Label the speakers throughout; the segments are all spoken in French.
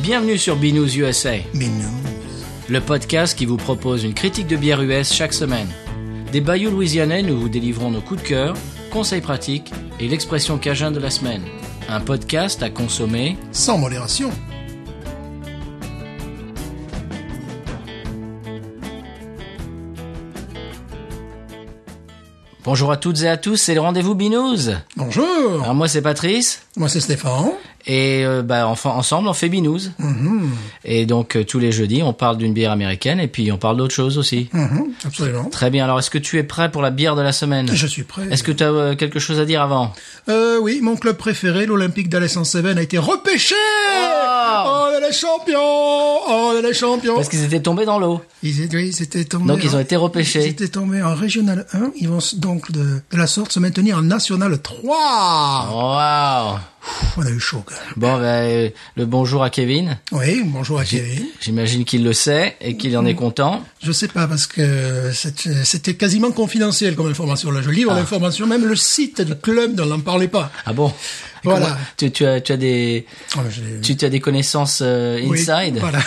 Speaker 1: Bienvenue sur Binous USA,
Speaker 2: Mais non.
Speaker 1: le podcast qui vous propose une critique de bière US chaque semaine. Des bayous louisianais, nous vous délivrons nos coups de cœur, conseils pratiques et l'expression cajun de la semaine. Un podcast à consommer.
Speaker 2: Sans modération.
Speaker 1: Bonjour à toutes et à tous, c'est le rendez-vous Binous.
Speaker 2: Bonjour.
Speaker 1: Alors moi c'est Patrice
Speaker 2: Moi, c'est Stéphane.
Speaker 1: et euh, bah, enfin ensemble on fait Binous.
Speaker 2: Mhm,
Speaker 1: Et donc euh, tous les jeudis on parle d'une bière américaine et puis on parle d'autre chose aussi.
Speaker 2: mhm, absolument.
Speaker 1: Très bien. Alors est-ce que tu es prêt pour la bière de la semaine
Speaker 2: Je suis prêt.
Speaker 1: Est-ce que tu as quelque chose à dire avant
Speaker 2: Euh, oui, mon club préféré, l'Olympique d'Alès-en-Cévennes, a été repêché
Speaker 1: Wow
Speaker 2: Oh, on est les champions Oh, on est les champions
Speaker 1: Parce qu'ils étaient tombés dans l'eau.
Speaker 2: Ils étaient, oui, ils étaient tombés
Speaker 1: Donc, ils
Speaker 2: en-
Speaker 1: ont été repêchés.
Speaker 2: Ils étaient tombés en Régional 1. Ils vont s- donc, de, de la sorte, se maintenir en National 3.
Speaker 1: Waouh
Speaker 2: Pff, on a eu chaud, quand même.
Speaker 1: Bon, ben, euh, le bonjour à Kevin.
Speaker 2: Oui, bonjour à Kevin.
Speaker 1: J'imagine qu'il le sait et qu'il en est content.
Speaker 2: Je sais pas parce que c'est- euh, c'était quasiment confidentiel comme information. Là, je livre l'information, même le site du club ne l'en parlait pas.
Speaker 1: Ah bon
Speaker 2: Voilà.
Speaker 1: Comment- Tu, tu as, tu as des,
Speaker 2: Oh, j'ai-
Speaker 1: tu, tu as des connaissances euh,
Speaker 2: oui,
Speaker 1: inside.
Speaker 2: Voilà.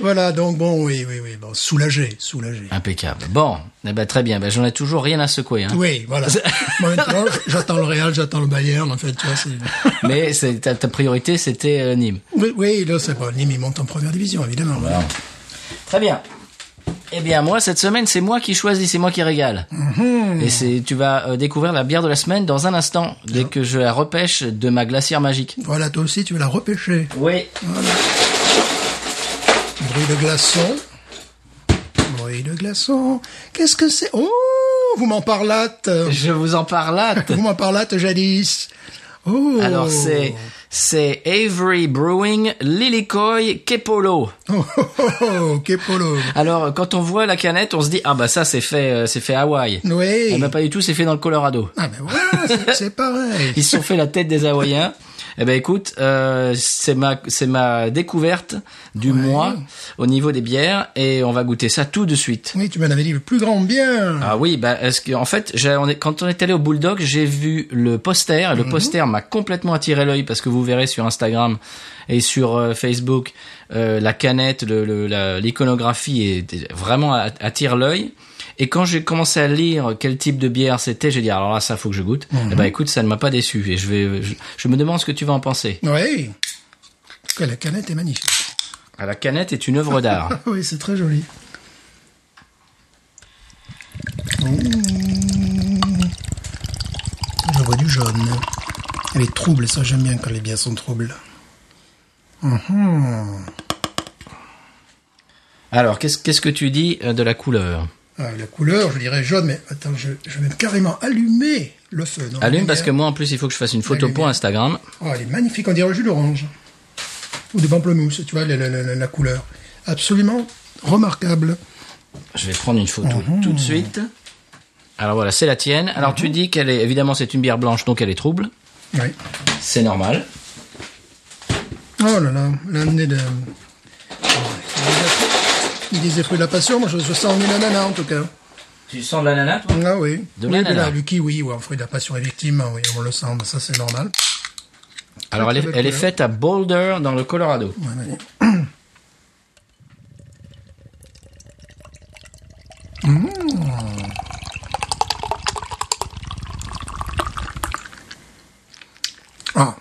Speaker 2: voilà. Donc bon, oui, oui, oui. Bon, soulagé, soulagé.
Speaker 1: Impeccable. Bon, eh ben, très bien. Ben, J'en ai toujours rien à secouer. Hein.
Speaker 2: Oui, voilà. Moi, maintenant, j'attends le Real, j'attends le Bayern. En fait, tu vois, c'est.
Speaker 1: Mais c'est- ta, ta priorité, c'était euh, Nîmes.
Speaker 2: Oui, oui, là, c'est bon. Nîmes il monte en première division, évidemment. voilà.
Speaker 1: Très bien. Eh bien, moi, cette semaine, c'est moi qui choisis, c'est moi qui régale.
Speaker 2: Mm-hmm.
Speaker 1: Et c'est, tu vas euh, découvrir la bière de la semaine dans un instant, dès que je la repêche de ma glacière magique.
Speaker 2: Voilà, toi aussi, tu veux la repêcher.
Speaker 1: Oui.
Speaker 2: Bruit de glaçon. Bruit de glaçon. Qu'est-ce que c'est Oh, vous m'en parlâtes.
Speaker 1: Je vous en parlate.
Speaker 2: Vous m'en parlâtes jadis. Oh.
Speaker 1: Alors c'est c'est Avery Brewing Lilikoi Kepolo.
Speaker 2: Oh, oh, oh, oh, que polo.
Speaker 1: Alors quand on voit la canette, on se dit ah bah ça c'est fait euh, c'est fait à Hawaï. Eh
Speaker 2: Oui.
Speaker 1: ben pas du tout, c'est fait dans le Colorado.
Speaker 2: Ah, mais voilà, c'est- c'est pareil.
Speaker 1: Ils se sont fait la tête des Hawaïens. Eh ben écoute, euh, c'est ma c'est ma découverte du mois au niveau des bières et on va goûter ça tout de suite.
Speaker 2: Oui, tu m'en avais dit le plus grand bien.
Speaker 1: Ah oui, bah est-ce que en fait, j'ai- on est- quand on est allé au Bulldog, j'ai vu le poster et le poster m'a complètement attiré l'œil parce que vous verrez sur Instagram et sur euh, Facebook euh, la canette, le- le- la- l'iconographie est est vraiment a- attire l'œil. Et quand j'ai commencé à lire quel type de bière c'était, j'ai dit alors là ça faut que je goûte. Eh ben écoute, ça ne m'a pas déçu et je vais je, je me demande ce que tu vas en penser.
Speaker 2: Oui. Que La canette est magnifique.
Speaker 1: Ah, La canette est une œuvre d'art.
Speaker 2: Ah oui, c'est très joli. Mmh. Je vois du jaune. Elle est trouble, ça j'aime bien quand les biens sont troubles. Mhm.
Speaker 1: Alors qu'est-ce qu'est-ce que tu dis euh, de la couleur
Speaker 2: Ah, la couleur, je dirais jaune, mais attends, je, je vais carrément allumer le feu. non, la
Speaker 1: Allume parce que
Speaker 2: lumière.
Speaker 1: moi en plus il faut que je fasse une photo pour
Speaker 2: lumière.
Speaker 1: Instagram.
Speaker 2: Oh, elle est magnifique, on dirait le jus d'orange. Ou de pamplemousse, tu vois, la, la- la- la couleur. Absolument remarquable.
Speaker 1: Je vais prendre une photo tout de suite. Alors voilà, c'est la tienne. Alors tu dis qu'elle est évidemment c'est une bière blanche donc elle est trouble,
Speaker 2: Oui.
Speaker 1: c'est normal.
Speaker 2: Oh là là, l'année de... Il disait fruits de la passion, moi je, je sens une ananas en tout cas.
Speaker 1: Tu sens de l'ananas toi
Speaker 2: Ah oui.
Speaker 1: De
Speaker 2: Oui,
Speaker 1: l'ananas.
Speaker 2: là, du kiwi, ouais, en fruit de la passion, effectivement, oui, on le sent, mais ça c'est normal.
Speaker 1: Alors elle est, elle est faite à Boulder dans le Colorado.
Speaker 2: Ouais, mais- Mm. Ah,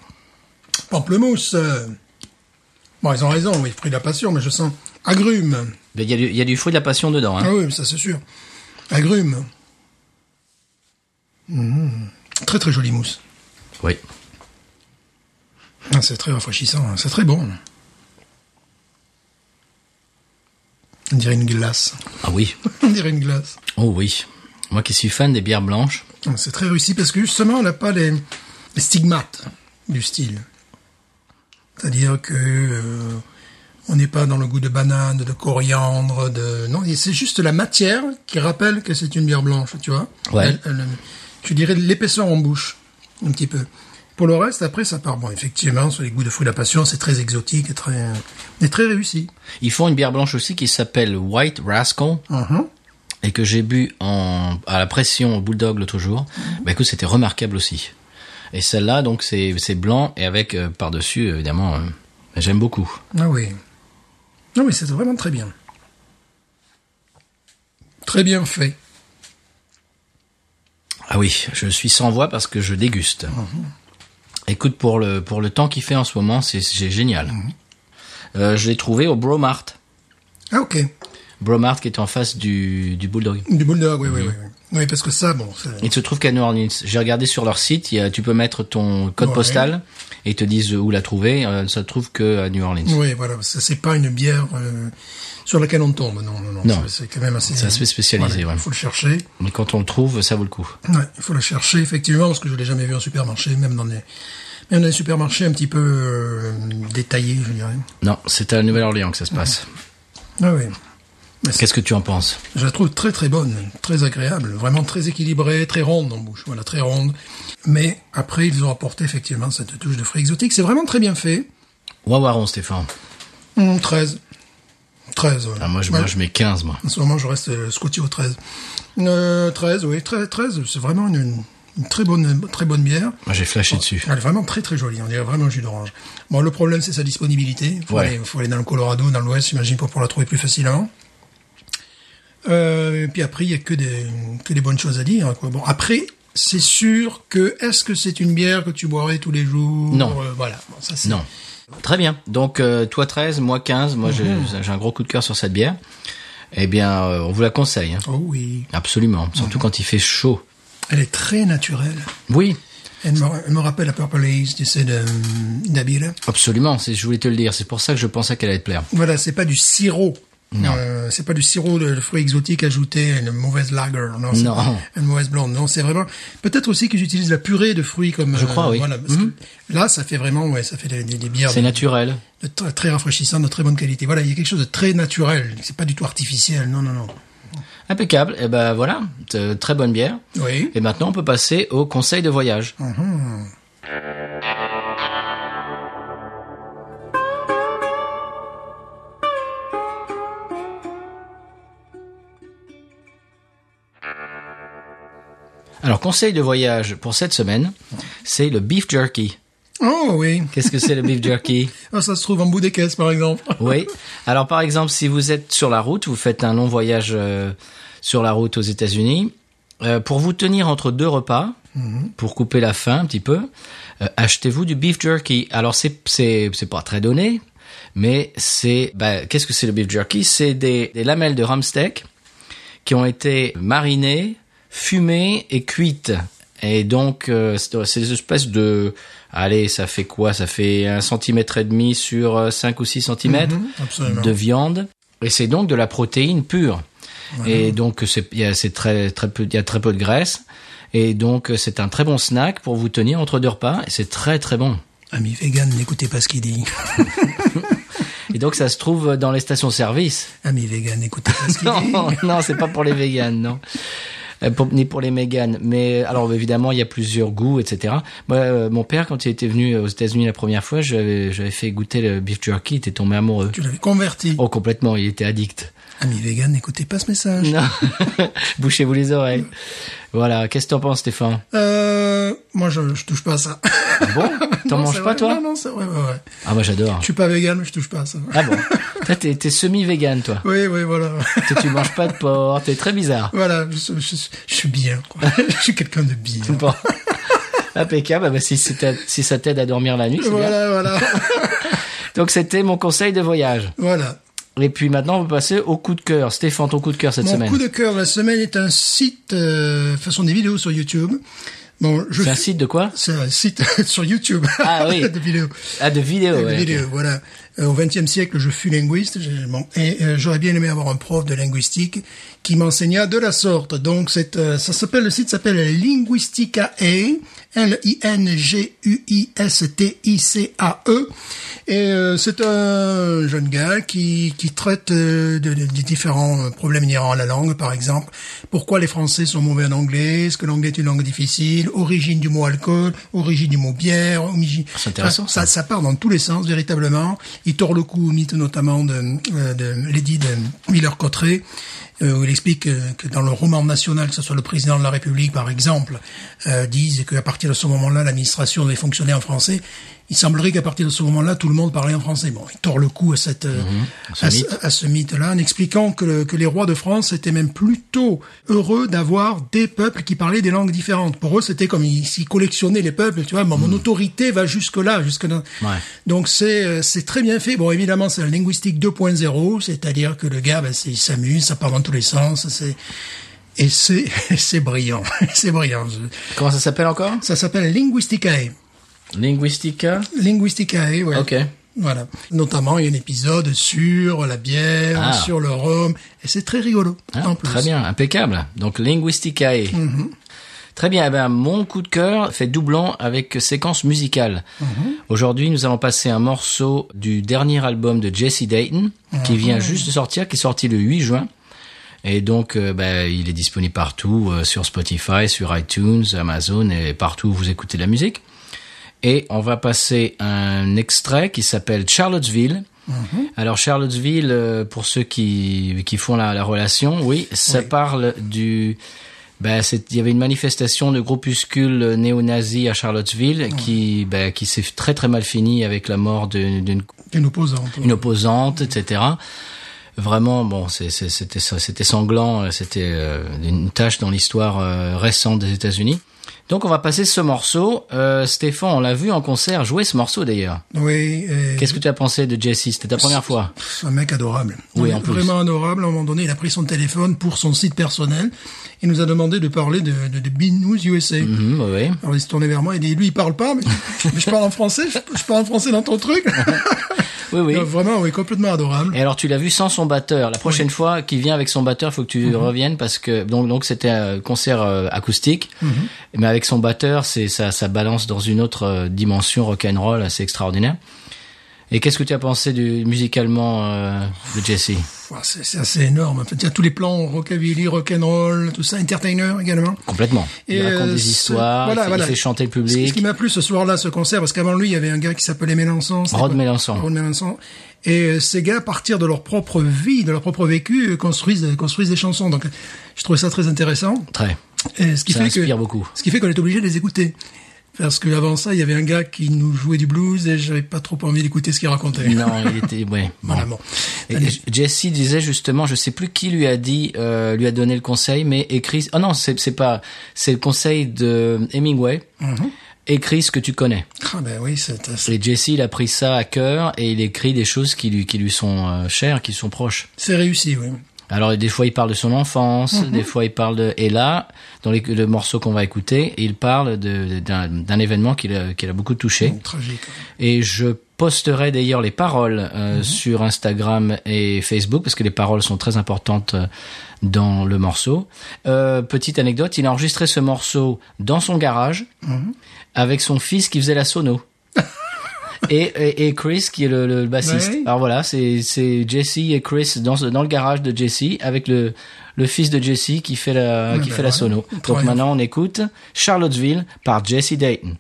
Speaker 2: pamplemousse. euh. Bon, ils ont raison, oui, fruit de la passion, mais je sens agrumes.
Speaker 1: Mais Il y, a du- il y a du fruit de la passion dedans. hein.
Speaker 2: Ah oui, mais ça c'est sûr. Agrumes. Mmh. Très très jolie mousse.
Speaker 1: Oui.
Speaker 2: Ah, C'est très rafraîchissant, hein. c'est très bon. On dirait une glace.
Speaker 1: Ah oui.
Speaker 2: On dirait une glace.
Speaker 1: Oh oui. Moi qui suis fan des bières blanches.
Speaker 2: Ah, C'est très réussi parce que justement, on n'a pas les, les stigmates du style. C'est-à-dire que euh, on n'est pas dans le goût de banane, de coriandre, de non, et c'est juste la matière qui rappelle que c'est une bière blanche, tu vois.
Speaker 1: Ouais.
Speaker 2: Elle- elle- tu dirais de l'épaisseur en bouche, un petit peu. Pour le reste, après, ça part bon. Effectivement, sur les goûts de fruits de la passion, c'est très exotique et très, et très réussi.
Speaker 1: Ils font une bière blanche aussi qui s'appelle White Rascal
Speaker 2: Mhm.
Speaker 1: et que j'ai bu en, à la pression au Bulldog l'autre jour. Bah écoute, c'était remarquable aussi. Et celle-là, donc, c'est c'est blanc et avec euh, par-dessus, évidemment, euh, j'aime beaucoup.
Speaker 2: Ah oui. Ah oui, c'est vraiment très bien. Très bien fait.
Speaker 1: Ah oui, je suis sans voix parce que je déguste.
Speaker 2: Mhm.
Speaker 1: Écoute, pour le, pour le temps qu'il fait en ce moment, c'est c'est génial.
Speaker 2: Mhm.
Speaker 1: Euh, je l'ai trouvé au Bromart.
Speaker 2: Ah ok.
Speaker 1: Bromart qui est en face du, du Bulldog.
Speaker 2: Du bulldog, oui, oui,
Speaker 1: Mm-hmm.
Speaker 2: oui. Oui, Oui, parce que ça, bon, c'est-
Speaker 1: Il se trouve qu'à New Orleans, j'ai regardé sur leur site, il y a- tu peux mettre ton code
Speaker 2: Ouais.
Speaker 1: postal et ils te disent où la trouver. euh, ça se trouve que à New Orleans.
Speaker 2: Oui, voilà, ça, c'est pas une bière euh, sur laquelle on tombe, non, non, non.
Speaker 1: Non.
Speaker 2: ça, C'est quand même assez.
Speaker 1: C'est assez spécialisé,
Speaker 2: Voilà,
Speaker 1: ouais.
Speaker 2: Il faut le chercher.
Speaker 1: Mais quand on le trouve, ça vaut le coup.
Speaker 2: Ouais, il faut le chercher effectivement parce que je l'ai jamais vu en supermarché, même dans les même dans les supermarchés un petit peu euh, détaillés, je dirais.
Speaker 1: Non, c'est à la Nouvelle-Orléans que ça se passe.
Speaker 2: Ah oui.
Speaker 1: Qu'est-ce que tu en penses
Speaker 2: Je la trouve très très bonne, très agréable, vraiment très équilibrée, très ronde en bouche, voilà, très ronde. Mais après, ils ont apporté effectivement cette touche de fruits exotiques. C'est vraiment très bien fait.
Speaker 1: Wawaron, Stéphane.
Speaker 2: Hum, 13. 13, voilà.
Speaker 1: Ah, moi, je,
Speaker 2: Ouais.
Speaker 1: moi, je mets 15, moi.
Speaker 2: En ce moment, je reste euh, scotché au 13. Euh, 13, oui, 13, 13 c'est vraiment une, une très bonne très bonne bière.
Speaker 1: Moi, j'ai flashé dessus.
Speaker 2: Elle est vraiment très très jolie, on dirait vraiment un jus d'orange. Bon, le problème c'est sa disponibilité. Faut,
Speaker 1: Ouais.
Speaker 2: aller, faut aller dans le Colorado, dans l'Ouest, j'imagine, pour pouvoir la trouver plus facilement. Euh, et puis après, il y a que des, que des bonnes choses à dire. Quoi. Bon, après, c'est sûr que est-ce que c'est une bière que tu boirais tous les jours
Speaker 1: Non.
Speaker 2: Euh, voilà. Bon, ça, c'est-
Speaker 1: Non. Très bien. Donc, euh, toi 13, moi 15. Moi, j'ai- j'ai un gros coup de cœur sur cette bière. Eh bien, euh, on vous la conseille. hein.
Speaker 2: Oh oui.
Speaker 1: Absolument. Surtout quand il fait chaud.
Speaker 2: Elle est très naturelle.
Speaker 1: Oui,
Speaker 2: Elle me, elle me rappelle la Purple Haze, tu sais, de- d'Abila.
Speaker 1: absolument. C'est- Je voulais te le dire. C'est pour ça que je pensais qu'elle allait te plaire.
Speaker 2: Voilà, c'est pas du sirop.
Speaker 1: Non.
Speaker 2: Euh, c'est pas du sirop de, de fruits exotiques ajouté à une mauvaise lager. Non. c'est
Speaker 1: Non.
Speaker 2: pas Une mauvaise blonde. Non, c'est vraiment. Peut-être aussi qu'ils utilisent la purée de fruits comme. euh,
Speaker 1: Je crois, oui. Mhm.
Speaker 2: Voilà, parce que là, ça fait vraiment, ouais, ça fait des, des- des bières
Speaker 1: C'est
Speaker 2: de,
Speaker 1: naturel.
Speaker 2: de très, très rafraîchissantes, de très bonne qualité. Voilà, il y a quelque chose de très naturel. C'est pas du tout artificiel. Non, non, non.
Speaker 1: Impeccable. Et eh ben voilà, t- très bonne bière.
Speaker 2: Oui.
Speaker 1: Et maintenant, on peut passer au conseil de voyage. Alors, conseil de voyage pour cette semaine, c'est le beef jerky.
Speaker 2: Oh oui.
Speaker 1: Qu'est-ce que c'est le beef jerky
Speaker 2: Ah, ça se trouve en bout des caisses, par exemple.
Speaker 1: Oui. Alors par exemple, si vous êtes sur la route, vous faites un long voyage euh, sur la route aux États-Unis, euh, pour vous tenir entre deux repas, pour couper la faim un petit peu, euh, achetez-vous du beef jerky. Alors c'est c'est c'est pas très donné, mais c'est bah, qu'est-ce que c'est le beef jerky C'est des, des lamelles de rump steak qui ont été marinées, fumées et cuites. Et donc, euh, c'est c'est des espèces de... Allez, ça fait quoi Ça fait un centimètre et demi sur euh, 5 ou 6 centimètres
Speaker 2: Absolument.
Speaker 1: de viande. Et c'est donc de la protéine pure. Et donc, c'est il y a- c'est très, très peu, il y a très peu de graisse. Et donc, euh, c'est un très bon snack pour vous tenir entre deux repas. Et c'est très, très bon.
Speaker 2: Amis vegan, n'écoutez pas ce qu'il dit.
Speaker 1: Et donc, ça se trouve dans les stations-service.
Speaker 2: Amis vegan, n'écoutez pas ce qu'il dit.
Speaker 1: Non, non, c'est pas pour les véganes, non. Euh, pour- ni pour les méganes. Mais alors évidemment, il y a plusieurs goûts, etc. Moi, euh, mon père, quand il était venu aux États-Unis la première fois, j'avais j'avais fait goûter le beef jerky, il était tombé amoureux.
Speaker 2: Tu l'avais converti.
Speaker 1: Oh, complètement, il était addict.
Speaker 2: Amis vegan, n'écoutez pas ce message.
Speaker 1: Non, bouchez-vous les oreilles. Voilà, qu'est-ce que t'en penses, Stéphane
Speaker 2: Euh, moi, je, je touche pas à ça.
Speaker 1: Ah Bon, t'en
Speaker 2: Non,
Speaker 1: manges
Speaker 2: c'est
Speaker 1: pas,
Speaker 2: vrai.
Speaker 1: toi
Speaker 2: Non, non, c'est vrai, ouais, ouais.
Speaker 1: Ah, moi j'adore.
Speaker 2: Je suis pas vegan, mais je touche pas à ça.
Speaker 1: Ah bon Toi, t'es t'es semi-vegan, toi.
Speaker 2: Oui, oui, voilà.
Speaker 1: Toi, tu manges pas de porc, t'es très bizarre.
Speaker 2: voilà, je, je- je suis bien, quoi. je suis quelqu'un de bien.
Speaker 1: Bon. Impeccable, Ah bah, si, c'est ta- si ça t'aide à dormir la nuit, c'est bien.
Speaker 2: Voilà, voilà,
Speaker 1: Donc c'était mon conseil de voyage.
Speaker 2: voilà.
Speaker 1: Et puis maintenant, on va passer au coup de cœur. Stéphane, ton coup de cœur cette
Speaker 2: Mon
Speaker 1: semaine.
Speaker 2: coup de cœur de la semaine est un site, euh, façon des vidéos sur YouTube. Bon, je
Speaker 1: C'est un
Speaker 2: suis-
Speaker 1: site de quoi
Speaker 2: C'est un site sur YouTube.
Speaker 1: Ah oui.
Speaker 2: de vidéos.
Speaker 1: Ah, de vidéo.
Speaker 2: Avec
Speaker 1: ouais,
Speaker 2: des
Speaker 1: ok.
Speaker 2: vidéos, voilà. Euh, au XXe siècle, je fus linguiste. j'ai- bon, et euh, j'aurais bien aimé avoir un prof de linguistique qui m'enseigna de la sorte. Donc, c'est, euh, ça s'appelle le site s'appelle E, Linguisticae, L-I-N-G-U-I-S-T-I-C-A-E. E. Et euh, c'est un jeune gars qui, qui traite euh, de, de- des différents euh, problèmes inhérents à la langue, par exemple. Pourquoi les Français sont mauvais en anglais Est-ce que l'anglais est une langue difficile Origine du mot alcool Origine du mot bière origine-
Speaker 1: C'est intéressant,
Speaker 2: Enfin, ça, ça part dans tous les sens, véritablement. Il tord le cou au mythe, notamment, de, euh, de Lady de Miller-Cotterêts. euh, où il explique que, que dans le roman national, que ce soit le président de la République par exemple, euh, disent qu'à partir de ce moment-là, l'administration devait fonctionner en français. Il semblerait qu'à partir de ce moment-là, tout le monde parlait en français. Bon, il tord le cou à cette euh,
Speaker 1: Mm-hmm. à ce
Speaker 2: à,
Speaker 1: mythe.
Speaker 2: ce- à ce mythe-là en expliquant que, le- que les rois de France étaient même plutôt heureux d'avoir des peuples qui parlaient des langues différentes. Pour eux, c'était comme ils, s'ils collectionnaient les peuples. Tu vois, Bon, mon autorité va jusque là, jusque là.
Speaker 1: Hmm. Ouais.
Speaker 2: Donc c'est euh, c'est très bien fait. Bon, évidemment, c'est la linguistique 2.0, c'est-à-dire que le gars, ben, c'est- il s'amuse, ça part dans tous les sens, c'est et c'est c'est brillant, c'est brillant. Je-
Speaker 1: Comment ça s'appelle encore
Speaker 2: Ça s'appelle E. Linguisticae.
Speaker 1: Linguistica.
Speaker 2: Linguisticae, E, ouais.
Speaker 1: Ok.
Speaker 2: Voilà. Notamment, il y a un épisode sur la bière,
Speaker 1: Ah.
Speaker 2: sur le rhum, et c'est très rigolo.
Speaker 1: Ah,
Speaker 2: en plus. Mhm.
Speaker 1: Très bien, impeccable. Donc Linguisticae. Très bien, eh ben, mon coup de cœur fait doublant avec séquence musicale.
Speaker 2: Mhm.
Speaker 1: Aujourd'hui, nous allons passer un morceau du dernier album de Jesse Dayton, qui
Speaker 2: Mhm.
Speaker 1: vient juste de sortir, qui est sorti le 8 juin. Et donc, euh, ben, il est disponible partout, euh, sur Spotify, sur iTunes, Amazon, et partout où vous écoutez de la musique. Et on va passer un extrait qui s'appelle Charlottesville. Alors Charlottesville, euh, pour ceux qui, qui font la, la relation, oui, ça parle du... Ben, c'est- il y avait une manifestation de groupuscules néo-nazis à Charlottesville qui, ben, qui s'est très très mal finie avec la mort d'une d'une
Speaker 2: Une opposante.
Speaker 1: une opposante, etc. Vraiment, bon, c'est- c'est- c'était c'était sanglant, euh, c'était euh, une tâche dans l'histoire euh, récente des États-Unis. Donc on va passer ce morceau. Euh, Stéphane, on l'a vu en concert jouer ce morceau d'ailleurs.
Speaker 2: Oui. et-
Speaker 1: Qu'est-ce que tu as pensé de Jesse C'était ta première fois
Speaker 2: C'est un mec adorable.
Speaker 1: Oui,
Speaker 2: Un
Speaker 1: en
Speaker 2: mec
Speaker 1: plus.
Speaker 2: Vraiment adorable. À un moment donné, il a pris son téléphone pour son site personnel et nous a demandé de parler de, de, de Bean News USA.
Speaker 1: Mhm, Oui, oui.
Speaker 2: Alors il se tournait vers moi et dit, lui, il parle pas, mais, mais je parle en français, je, je parle en français dans ton truc.
Speaker 1: Oui, oui.
Speaker 2: Donc, vraiment, oui, complètement adorable.
Speaker 1: Et alors tu l'as vu sans son batteur. La prochaine fois qu'il vient avec son batteur, faut que tu
Speaker 2: Mhm.
Speaker 1: reviennes parce que donc donc c'était un concert euh, acoustique,
Speaker 2: Mhm.
Speaker 1: mais avec son batteur, c'est ça ça balance dans une autre euh, dimension rock and roll assez extraordinaire. Et qu'est-ce que tu as pensé du musicalement euh, de Jesse
Speaker 2: Pff, C'est c'est assez énorme. En fait, il y a tous les plans, rockabilly, rock'n'roll, tout ça, entertainer également.
Speaker 1: Complètement. Il
Speaker 2: Et,
Speaker 1: raconte
Speaker 2: euh,
Speaker 1: des
Speaker 2: ce-
Speaker 1: histoires,
Speaker 2: voilà,
Speaker 1: il, fait, il
Speaker 2: voilà.
Speaker 1: fait chanter le
Speaker 2: Ce
Speaker 1: public.
Speaker 2: qui m'a plu ce soir-là, ce concert, parce qu'avant lui, il y avait un gars qui s'appelait Mélenchon. c'était
Speaker 1: Rod
Speaker 2: quoi
Speaker 1: Mélenchon.
Speaker 2: Rod Mélenchon. Et euh, ces gars, à partir de leur propre vie, de leur propre vécu, euh, construisent, construisent des chansons. Donc, je trouvais ça très intéressant.
Speaker 1: Très.
Speaker 2: Et ce qui
Speaker 1: Ça
Speaker 2: fait
Speaker 1: inspire
Speaker 2: que,
Speaker 1: beaucoup.
Speaker 2: Ce qui fait qu'on est obligé de les écouter. Parce que avant ça, il y avait un gars qui nous jouait du blues et j'avais pas trop envie d'écouter ce qu'il racontait.
Speaker 1: Non, il était ouais. bon.
Speaker 2: Voilà, bon.
Speaker 1: Et
Speaker 2: Allez.
Speaker 1: Jesse disait justement, je sais plus qui lui a dit, euh, lui a donné le conseil, mais écris. Oh non, c'est c'est pas, c'est le conseil de Hemingway. Écris ce que tu connais.
Speaker 2: Mhm. Ah ben oui, c'est c'est-
Speaker 1: Et Jesse, il a pris ça à cœur et il écrit des choses qui lui, qui lui sont euh, chères, qui sont proches.
Speaker 2: c'est réussi, oui.
Speaker 1: Alors des fois il parle de son enfance, des fois il parle de... Et là, dans les, le morceau qu'on va écouter, il parle de- d'un d'un événement qui l'a qui l'a beaucoup touché.
Speaker 2: Donc, tragique.
Speaker 1: Et je posterai d'ailleurs les paroles euh, sur Instagram et Facebook parce que les paroles sont très importantes euh, dans le morceau. Euh, petite anecdote, il a enregistré ce morceau dans son garage avec son fils qui faisait la sono. Et, et, et Chris qui est le, le bassiste.
Speaker 2: Ouais.
Speaker 1: Alors voilà, c'est c'est Jesse et Chris dans ce- dans le garage de Jesse avec le le fils de Jesse qui fait la
Speaker 2: Ah
Speaker 1: qui
Speaker 2: bah
Speaker 1: fait la
Speaker 2: voilà.
Speaker 1: sono. Donc
Speaker 2: Incroyable.
Speaker 1: maintenant on écoute Charlottesville par Jesse Dayton.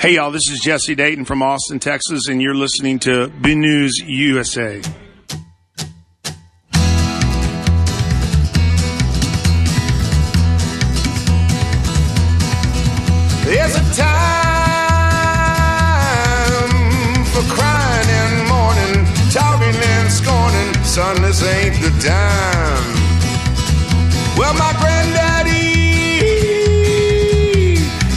Speaker 3: Hey, y'all, this is Jesse Dayton from Austin, Texas, and you're listening to B News USA.
Speaker 4: There's a time for crying and mourning, talking and scorning. Son, this ain't the time. Well, my granddaddy,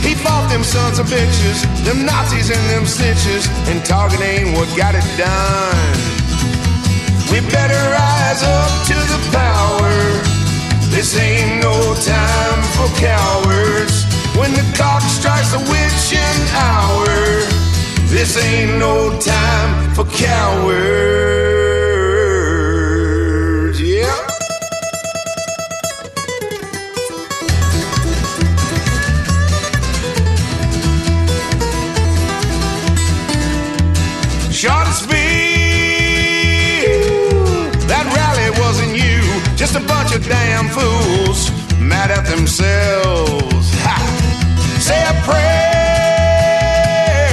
Speaker 4: he fought them sons of bitches, them Nazis and them snitches, and talking ain't what got it done. We better rise up to the power. This ain't no time for cowards. When the cock strikes the witching hour, this ain't no time for cowards. Yeah. Charlottesville. That rally wasn't you, just a bunch of damn fools mad at themselves. Ha! Say a prayer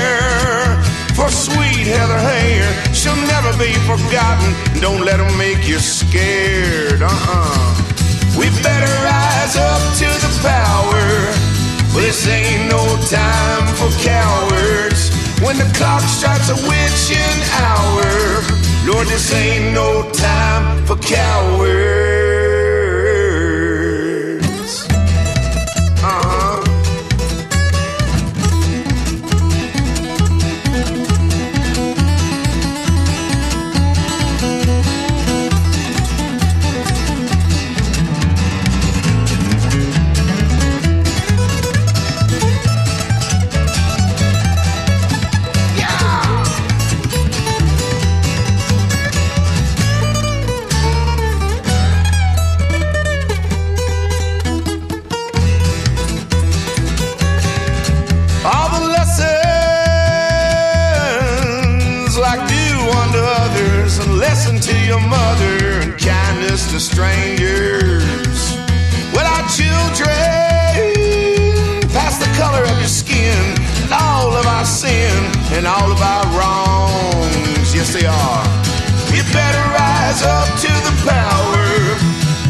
Speaker 4: for sweet Heather Hare. She'll never be forgotten. Don't let 'em make you scared. Uh uh We better rise up to the power. This ain't no time for cowards. When the clock strikes a witching hour, Lord, this ain't no time for cowards. Uh-huh. All the lessons like dew unto others, and lesson to your mother, and kindness to strangers. Well, our children, past the color of your skin, and all of our sin, and all of our wrongs. Yes, they are. You better rise up to the power.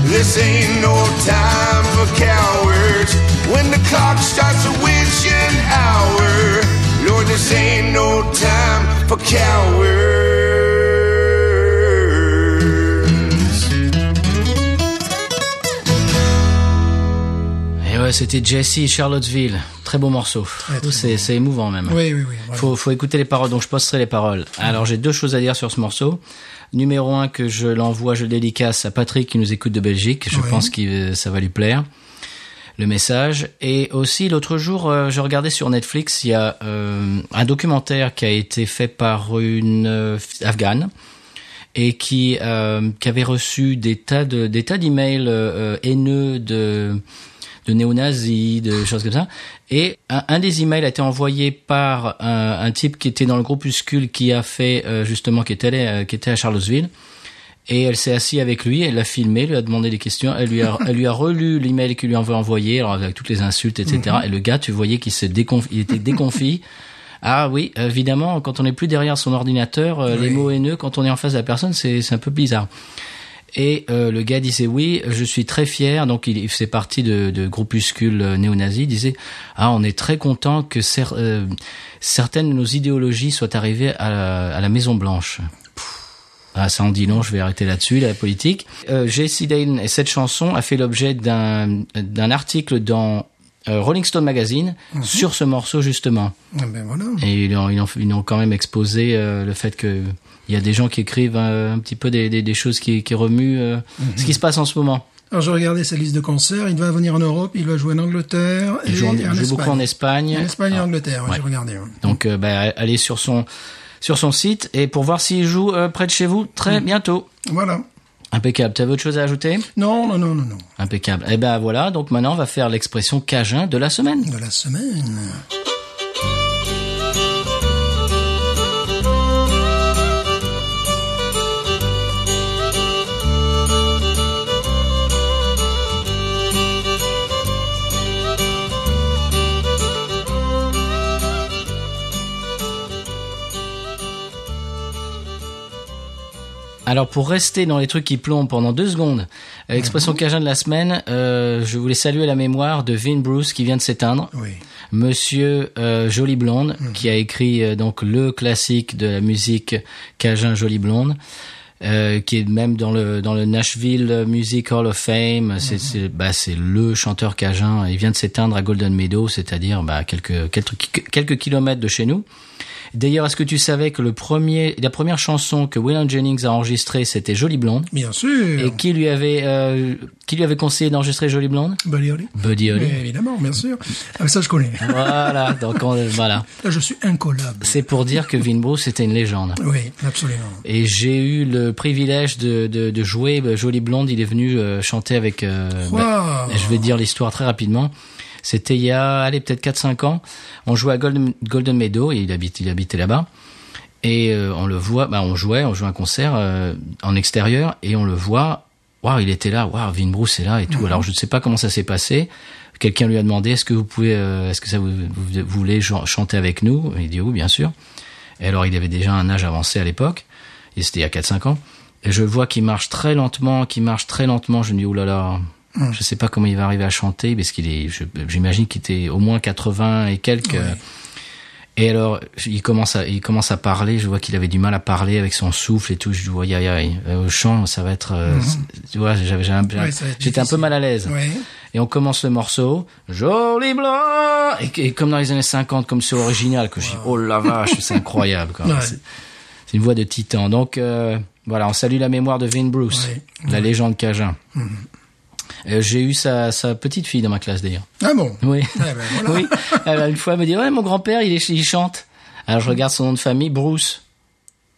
Speaker 4: This ain't no time for cowards. When the clock starts a witching hour, Lord, this ain't no time for cowards.
Speaker 1: Et Eh ouais, c'était Jesse Charlottesville. Très beau morceau.
Speaker 2: très
Speaker 1: C'est c'est émouvant même.
Speaker 2: Oui, oui, oui. voilà.
Speaker 1: Faut, faut écouter les paroles, donc je posterai les paroles. Alors j'ai deux choses à dire sur ce morceau. Numéro un que je l'envoie, je le dédicace à Patrick qui nous écoute de Belgique. Je
Speaker 2: Ouais.
Speaker 1: pense que euh, ça va lui plaire le message. Et aussi l'autre jour, euh, je regardais sur Netflix, il y a euh, un documentaire qui a été fait par une euh, afghane et qui euh, qui avait reçu des tas de des tas d'emails euh, euh, haineux de de néo-nazis, de choses comme ça. Et un, un des emails a été envoyé par un, un type qui était dans le groupuscule qui a fait euh, justement qui était allé, euh, qui était à Charlottesville. Et elle s'est assise avec lui, elle l'a filmé, lui a demandé des questions, elle lui a, elle lui a relu l'email qu'il lui avait envoyé, alors avec toutes les insultes, etc. Et le gars, tu voyais qu'il se déconf- il était déconfit. Ah oui, évidemment, quand on n'est plus derrière son ordinateur, euh, les mots haineux, quand on est en face de la personne, c'est c'est un peu bizarre. Et euh, le gars disait oui, je suis très fier. Donc il il faisait partie de, de groupuscules euh, néo-nazis. Il disait ah on est très content que cer- euh, certaines de nos idéologies soient arrivées à la, à la Maison Blanche. Ah, ça en dit non, je vais arrêter là-dessus, la politique. Euh, J.C. Dane et cette chanson a fait l'objet d'un d'un article dans euh, Rolling Stone Magazine
Speaker 2: Mhm.
Speaker 1: sur ce morceau justement.
Speaker 2: Ah ben voilà.
Speaker 1: Et ils ont, ils ont, ils ont quand même exposé euh, le fait que il y a des gens qui écrivent euh, un petit peu des, des, des choses qui, qui remuent euh, ce
Speaker 2: Mhm.
Speaker 1: qui se passe en ce moment.
Speaker 2: Alors je regardais sa liste de concerts. Il va venir en Europe. Il va jouer en Angleterre et
Speaker 1: Ils jouent,
Speaker 2: en
Speaker 1: ils jouent
Speaker 2: Espagne.
Speaker 1: beaucoup en Espagne.
Speaker 2: En Espagne et en
Speaker 1: Ah,
Speaker 2: Angleterre.
Speaker 1: ouais.
Speaker 2: J'ai regardé. ouais.
Speaker 1: Donc, euh, bah, allez sur son sur son site et pour voir s'il joue euh, près de chez vous très bientôt.
Speaker 2: Voilà.
Speaker 1: Impeccable. T'avais autre chose à ajouter
Speaker 2: Non, non, non, non, non.
Speaker 1: Impeccable. Et ben voilà. Donc maintenant, on va faire l'expression cajun de la semaine.
Speaker 2: De la semaine.
Speaker 1: Alors pour rester dans les trucs qui plombent pendant deux secondes, euh, l'expression cajun de la semaine, euh, je voulais saluer la mémoire de Vin Bruce qui vient de s'éteindre.
Speaker 2: Oui.
Speaker 1: Monsieur euh, Jolie Blonde, qui a écrit euh, donc le classique de la musique Cajun Jolie Blonde, euh, qui est même dans le dans le Nashville Music Hall of Fame. C'est c'est bah c'est le chanteur Cajun. Il vient de s'éteindre à Golden Meadow, c'est-à-dire bah quelques quelques quelques kilomètres de chez nous. D'ailleurs, est-ce que tu savais que le premier la première chanson que Waylon Jennings a enregistrée c'était Jolie Blonde
Speaker 2: Bien sûr.
Speaker 1: et qui lui avait euh, qui lui avait conseillé d'enregistrer Jolie Blonde
Speaker 2: Buddy Holly.
Speaker 1: Buddy Holly.
Speaker 2: Mais évidemment, bien sûr. Ah, ça, je connais.
Speaker 1: Voilà, donc on, voilà.
Speaker 2: Là, je suis incollable.
Speaker 1: C'est pour dire que Vinbro, c'était une légende.
Speaker 2: Oui, absolument.
Speaker 1: Et j'ai eu le privilège de, de, de jouer bah, Jolie Blonde. Il est venu euh, chanter avec... euh, bah,
Speaker 2: Wow.
Speaker 1: je vais dire l'histoire très rapidement. C'était il y a, allez, peut-être 4-5 ans. On jouait à Golden, Golden Meadow, et il, habite, il habitait là-bas. Et euh, on le voit, bah, on jouait, on jouait un concert euh, en extérieur, et on le voit. Waouh, il était là, waouh, Vin Bruce est là et tout. Alors je ne sais pas comment ça s'est passé. Quelqu'un lui a demandé, est-ce que vous pouvez, euh, est-ce que ça vous, vous- vous voulez ch- chanter avec nous Il dit oui, bien sûr. Et alors, il avait déjà un âge avancé à l'époque. Et c'était il y a 4-5 ans. Et je le vois qu'il marche très lentement, qu'il marche très lentement. Je me dis, oulala,
Speaker 2: Hmm.
Speaker 1: Je sais pas comment il va arriver à chanter, parce qu'il est, je- j'imagine qu'il était au moins 80 et quelques. euh, Et alors, il commence à, il commence à parler. Je vois qu'il avait du mal à parler avec son souffle et tout. Je lui vois, aïe, aïe, aïe. Euh, Au chant, ça va être, euh, c'est- tu vois, j'avais, j'avais un-
Speaker 2: Hmm. Ouais, ça va être
Speaker 1: j'étais un peu
Speaker 2: difficile.
Speaker 1: mal à l'aise.
Speaker 2: Ouais.
Speaker 1: Et on commence le morceau, Joli blanc, et, et comme dans les années 50, comme c'est original, que je dis, oh la vache, c'est incroyable, quoi.
Speaker 2: Ouais.
Speaker 1: Ah, C'est c'est une voix de titan. Donc, euh, voilà, on salue la mémoire de Vin Bruce,
Speaker 2: Ouais.
Speaker 1: la légende Cajun.
Speaker 2: Mhm.
Speaker 1: Euh, J'ai eu sa, sa petite fille dans ma classe, d'ailleurs.
Speaker 2: Ah bon
Speaker 1: Oui.
Speaker 2: Ah ben voilà.
Speaker 1: oui. Elle, une fois, elle me dit, ouais, mon grand-père, il, est- il chante. Alors,
Speaker 2: Mhm.
Speaker 1: je regarde son nom de famille, Bruce.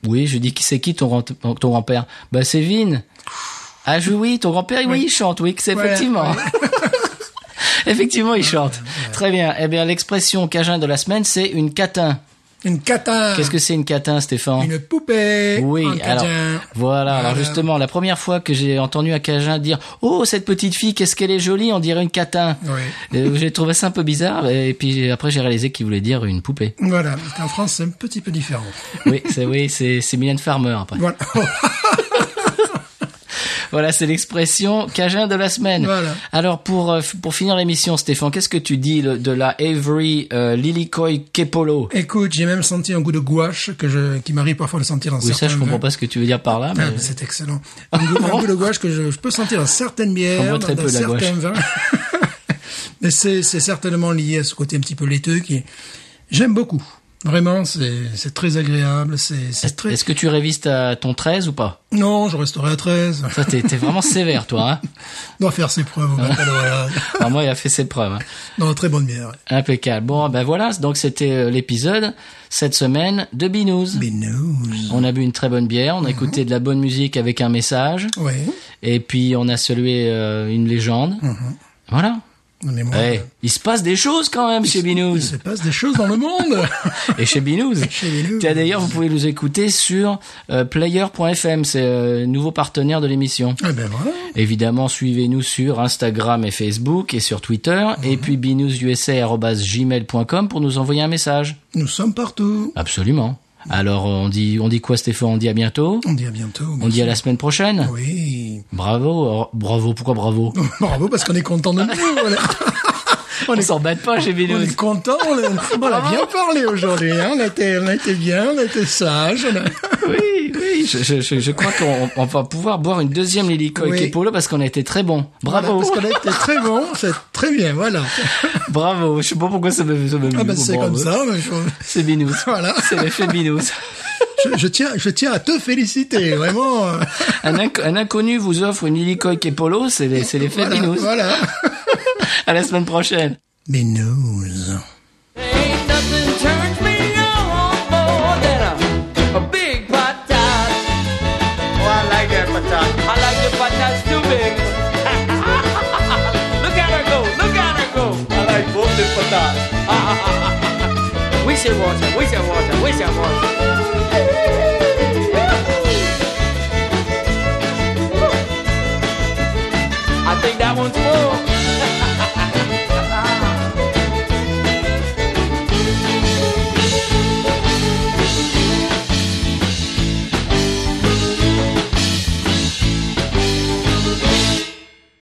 Speaker 1: Oui, je dis, qui c'est qui ton, grand- ton grand-père Bah, c'est Vin. Ah, je- oui, ton grand-père, oui. il chante, oui, que c'est
Speaker 2: Ouais,
Speaker 1: effectivement. effectivement, il chante. Très bien. Eh bien, l'expression cajun de la semaine, c'est une catin.
Speaker 2: Une cata.
Speaker 1: Qu'est-ce que c'est une catin, Stéphane
Speaker 2: Ah. Une poupée.
Speaker 1: oui,
Speaker 2: en
Speaker 1: alors
Speaker 2: cajun.
Speaker 1: voilà, alors justement, la première fois que j'ai entendu un Cajun dire « Oh, cette petite fille, qu'est-ce qu'elle est jolie, on dirait une catin
Speaker 2: Oui.
Speaker 1: Euh, J'ai trouvé ça un peu bizarre, et puis après j'ai réalisé qu'il voulait dire une poupée.
Speaker 2: Voilà, parce qu'en France, c'est un petit peu différent.
Speaker 1: Oui, c'est oui, c'est c'est Mylène Farmer après.
Speaker 2: Voilà.
Speaker 1: Voilà, c'est l'expression Cajun de la semaine.
Speaker 2: Voilà.
Speaker 1: Alors pour euh, f- pour finir l'émission, Stéphane, qu'est-ce que tu dis le- de la Avery euh, Lilikoi Kepolo
Speaker 2: Écoute, j'ai même senti un goût de gouache que je, qui m'arrive parfois de sentir dans
Speaker 1: Oui, ça
Speaker 2: certains
Speaker 1: je comprends
Speaker 2: vins.
Speaker 1: pas Euh. ce que tu veux dire par là, mais
Speaker 2: Ah, mais c'est excellent. Un goût, un goût de gouache que je, je peux sentir dans certaines
Speaker 1: J'en
Speaker 2: bières,
Speaker 1: bois très
Speaker 2: dans,
Speaker 1: peu, de la
Speaker 2: certains vins. Mais c'est c'est certainement lié à ce côté un petit peu laiteux qui j'aime beaucoup. Vraiment, c'est c'est très agréable. C'est c'est très.
Speaker 1: est-ce que tu révises ta, ton 13 ou pas
Speaker 2: Non, je resterai à 13.
Speaker 1: Toi, t'es t'es vraiment sévère, toi. Hein
Speaker 2: On doit faire ses preuves au baccalauréat.
Speaker 1: Enfin, moi, il a fait ses preuves. hein.
Speaker 2: Non, très bonne bière.
Speaker 1: Impeccable. Bon, ben voilà, donc c'était euh, l'épisode cette semaine de Binous.
Speaker 2: Mais news.
Speaker 1: On a bu une très bonne bière,
Speaker 2: Mhm.
Speaker 1: on a écouté de la bonne musique avec un message,
Speaker 2: Ouais.
Speaker 1: et puis on a salué euh, une légende.
Speaker 2: Mhm.
Speaker 1: Voilà.
Speaker 2: Mais moi,
Speaker 1: Eh, il se passe des choses quand même chez
Speaker 2: il
Speaker 1: Binous
Speaker 2: se passe des choses dans le monde.
Speaker 1: et chez Binous.
Speaker 2: Chez Binous.
Speaker 1: Tiens, D'ailleurs, vous pouvez nous écouter sur euh, player.fm, c'est euh, nouveau partenaire de l'émission.
Speaker 2: ah ben voilà.
Speaker 1: Évidemment, suivez-nous sur Instagram et Facebook et sur Twitter, et
Speaker 2: Mhm.
Speaker 1: puis binoususa@gmail.com pour nous envoyer un message.
Speaker 2: Nous sommes partout.
Speaker 1: Absolument. Alors euh, on dit on dit quoi Stéphane On dit à bientôt.
Speaker 2: On dit à bientôt.
Speaker 1: On dit à la semaine prochaine.
Speaker 2: Oui.
Speaker 1: Bravo, or- bravo. Pourquoi bravo
Speaker 2: Bravo parce qu'on est content de nous. voilà.
Speaker 1: On ne s'en bat pas chez
Speaker 2: On
Speaker 1: Binous.
Speaker 2: est content, on a, on a bien parlé aujourd'hui, hein. on, a été, on a été bien, on a été sage. on a-
Speaker 1: Oui, oui. Je, je- je- je crois qu'on on va pouvoir boire une deuxième Lilico
Speaker 2: Oui.
Speaker 1: et Kepolo parce qu'on a été très bon.
Speaker 2: Voilà,
Speaker 1: Bravo,
Speaker 2: parce qu'on a été très bon, c'est très bien, voilà.
Speaker 1: bravo. Je sais pas pourquoi ça me ça me.
Speaker 2: Ah ben c'est
Speaker 1: bravo.
Speaker 2: comme ça, mais je,
Speaker 1: C'est Binous.
Speaker 2: Voilà.
Speaker 1: C'est l'effet Binous.
Speaker 2: je- je tiens, je tiens à te féliciter, vraiment. euh,
Speaker 1: Un, inc- un inconnu vous offre une Lilico et Kepolo, c'est les- c'est l'effet
Speaker 2: voilà,
Speaker 1: Binous.
Speaker 2: voilà.
Speaker 1: À la semaine prochaine.
Speaker 2: Mais news.
Speaker 5: Ain't nothing turns me on more than a, a big patat. Oh, I like that patat. I like the patats too big. look at her go, look at her go. I like both the patat. we should watch her, we should watch her, we should watch her. I think that one's for